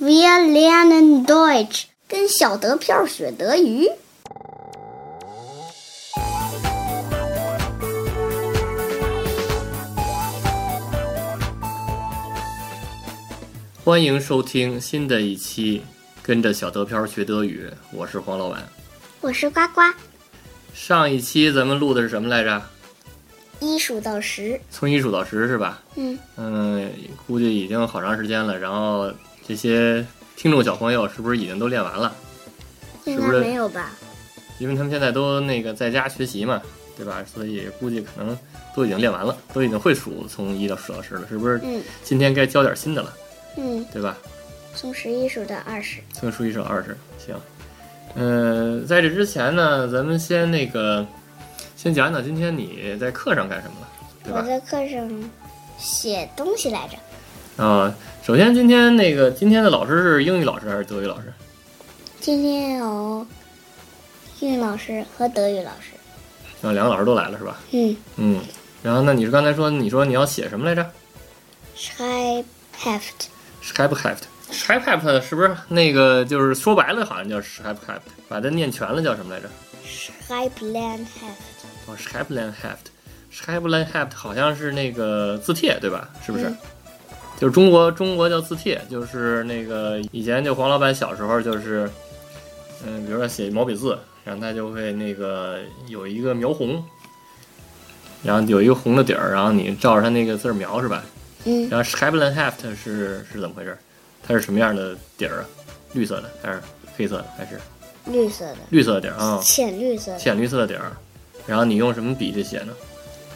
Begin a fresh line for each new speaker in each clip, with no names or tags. Wir lernen Deutsch。
跟小德票学德语。
欢迎收听新的一期《跟着小德漂学德语》，我是黄老板。
我是呱呱，
上一期咱们录的是什么来着？
一数到十，
从一数到十是吧？
嗯
嗯，估计已经好长时间了。然后这些听众小朋友是不是已经都练完了？
应
是
该
不是
没有吧？
因为他们现在都那个在家学习嘛，对吧？所以估计可能都已经练完了，都已经会数从一到数到十了，是不是？
嗯
今天该教点新的了，
嗯，
对吧？
从十一数到二十。
从数一数到二十，行。嗯、在这之前呢，咱们先那个，先讲讲今天你在课上干什么了，对吧
我？在课上写东西来着，
啊，首先今天那个今天的老师是英语老师还是德语老师？
今天有英语老师和德语老师。
啊，两个老师都来了是吧？
嗯
嗯，然后那你是刚才说你说你要写什么来着
，Schreibheft。
s c h r i b h e f t s c h r i b h e f t 是不是那个就是说白了好像叫 s c h r i b h e f t 把它念全了叫什么来着？
Schreiblenheft，
哦 s c h r i b l e n h e f t s c h r i b l e n h e f t 好像是那个字帖对吧？是不是？
嗯
就是中国中国叫字帖，就是那个以前就黄老板小时候就是，嗯、比如说写毛笔字，然后他就会那个有一个描红，然后有一个红的底儿，然后你照着他那个字儿描是吧？
嗯，
然后 s c h r i b l e n h e f t 是是怎么回事？它是什么样的底儿啊？绿色的还是黑色的还是
绿色的，
绿色的底儿啊？
浅绿色的，
浅绿色的底儿，然后你用什么笔去写呢？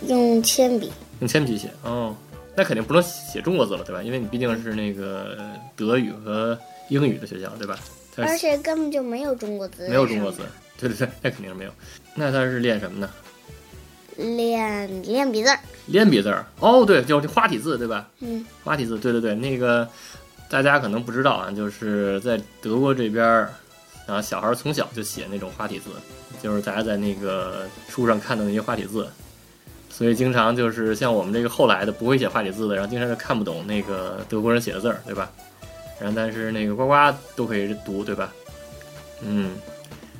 用铅笔。
用铅笔写哦，那肯定不能写中国字了，对吧？因为你毕竟是那个德语和英语的学校，对吧？它
而
是
且根本就没有中国字，
没有中国字，，对对对，那肯定是没有。那他是练什么呢？
练练笔字儿，
练笔字儿哦，对，就是花体字，对吧？
嗯，
花体字，对对对，那个大家可能不知道啊，就是在德国这边儿，然后小孩儿从小就写那种花体字，就是大家在那个书上看到那些花体字，所以经常就是像我们这个后来的不会写花体字的，然后经常就看不懂那个德国人写的字儿，对吧？然后但是那个呱呱都可以读，对吧？嗯，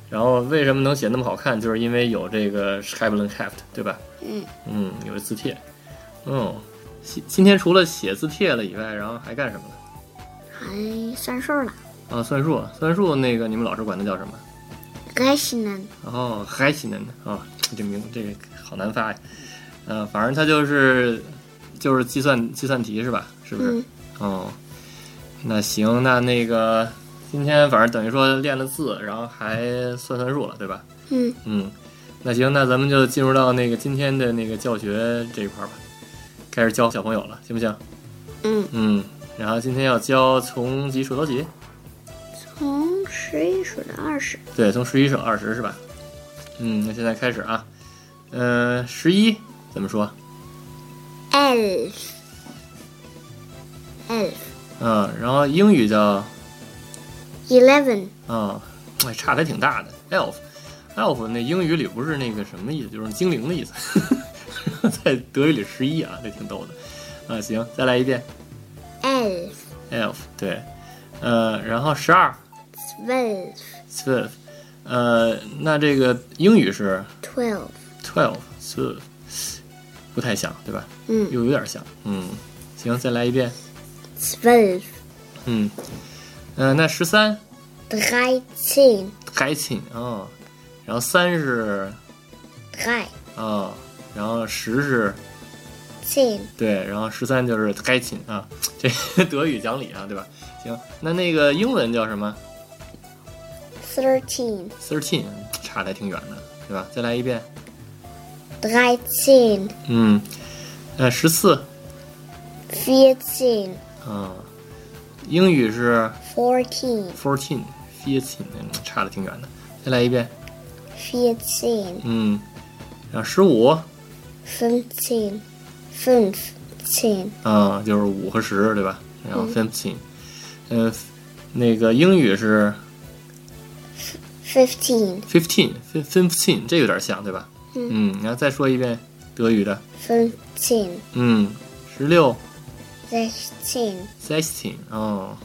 然后为什么能写那么好看，就是因为有这个 s c h r i b l e n h e f t 对吧？
嗯
嗯，有字帖，嗯。今今天除了写字帖了以外，然后还干什么了？
还算数了。
啊，算术，算术那个你们老师管它叫什么？
该西南，
哦，海西呢？啊、这名这个好难发呀。呃，反正它就是就是计算计算题是吧？是不是？
嗯
哦，那行，那那个今天反正等于说练了字，然后还算算数了，对吧？
嗯，
嗯，那行，那咱们就进入到那个今天的那个教学这一块儿吧，开始教小朋友了，行不行？
嗯
嗯，然后今天要教从几数到几？
从十一数到二十，
对，从十一数到二十是吧？嗯，那现在开始啊。嗯、呃，十一怎么说？
elf elf
嗯、然后英语叫啊、
eleven
哎，差的还挺大的。elf elf 那英语里不是那个什么意思，就是精灵的意思， 在德语里十一啊，这挺逗的。啊，行，再来一遍
elf
elf 对，呃，然后十二
twelve
twelve，呃，那这个英语是
twelve，
twelve twelve，不太像对吧？
嗯
又有点像，嗯，行，再来一遍，
twelve
嗯，呃，那十三
thirteen
改寝啊、哦然后三是
thirteen
啊、哦然后十是对，然后十三就是改寝啊，这德语讲理啊，对吧？行，那那个英文叫什么
thirteen
？thirteen，差的还挺远的，对吧？再来一遍，
thirteen
嗯，呃，十四
fourteen
啊，英语是
fourteen
fourteen，fourteen，差的挺远的，再来一遍，
fifteen
嗯，然后十五。
fifteen fifteen
啊、就是五和十，对吧？然后 fifteen，嗯、呃，那个英语是
fifteen
fifteen，fifteen，这有点像，对吧？嗯，然后再说一遍德语的，
fifteen
嗯，十六
sixteen
sixteen，哦，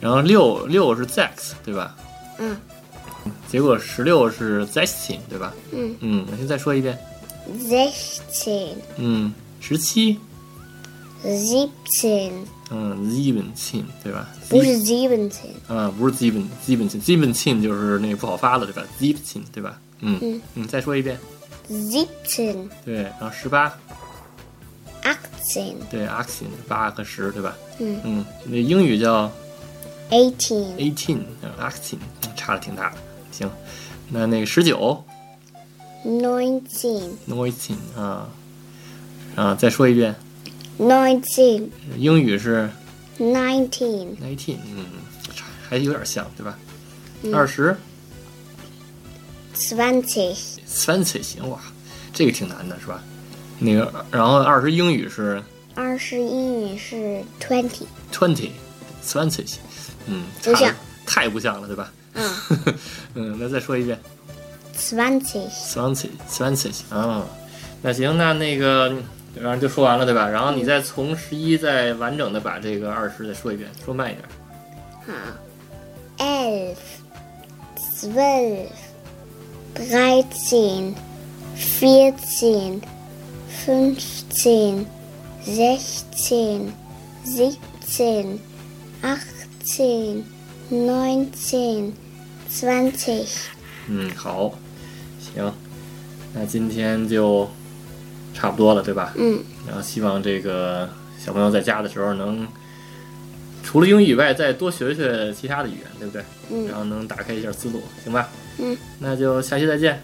然后六六是 Zex 对吧？
嗯
结果十六是 Zestin 对吧？
嗯
嗯，我先再说一遍，
，sixteen
嗯，十七，
seventeen
嗯，Zeventin 对吧？
不是 seventeen，
啊，不是 Zeben，Zebentin，Zebentin 就是那个不好发了对吧？Zebentin 对吧？嗯
嗯
嗯，再说一遍，
seventeen
对，然后十八
eighteen
对 Axin 八和十对吧？
嗯
嗯，那英语叫
eighteen
eighteen 啊 Axin 差的挺大的，行，那那个十九
nineteen
Noisin 啊啊，再说一遍，
nineteen
英语是
nineteen
nineteen，嗯，差还有点像对吧？
嗯
二十
twenty
twenty 行哇，这个挺难的是吧？那个然后二十英语是
二十英语是 twenty，
twenty twenty，嗯，
不
差得
像
太不像了对吧？
嗯
嗯，那再说一遍
twenty
twenty twenty 啊，那行，那那个。然后就说完了，对吧？然后你
嗯
再从十一再完整的把这个二十再说一遍，说慢一点。
好，elf twelve dreizehn vierzehn fünfzehn sechzehn siebzehn achtzehn neunzehn zwanzig
嗯，好，行，那今天就差不多了，对吧？
嗯
然后希望这个小朋友在家的时候能除了英语以外，再多学学其他的语言，对不对？
嗯
然后能打开一下思路，行吧？
嗯，
那就下期再见，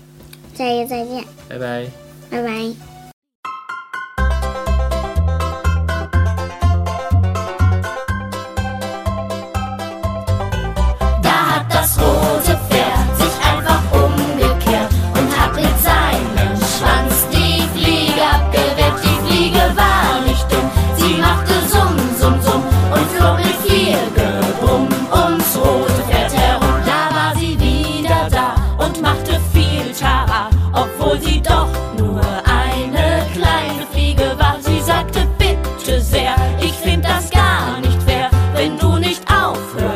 下期再见，
拜拜。
拜拜。
Da hat das rote Pferd sich einfach umgekehrt und hat mit seinem Schwanz die Fliege abgewehrt. Die Fliege war nicht dumm, sie machte Summ, Summ, Summ und flog mit viel Gebrumm ums rote Pferd herum. Da war sie wieder da und machte viel Tara, obwohl sie doch nur eine kleine Fliege war. Sie sagte, bitte sehr, ich find das gar nicht fair, wenn du nicht aufhörst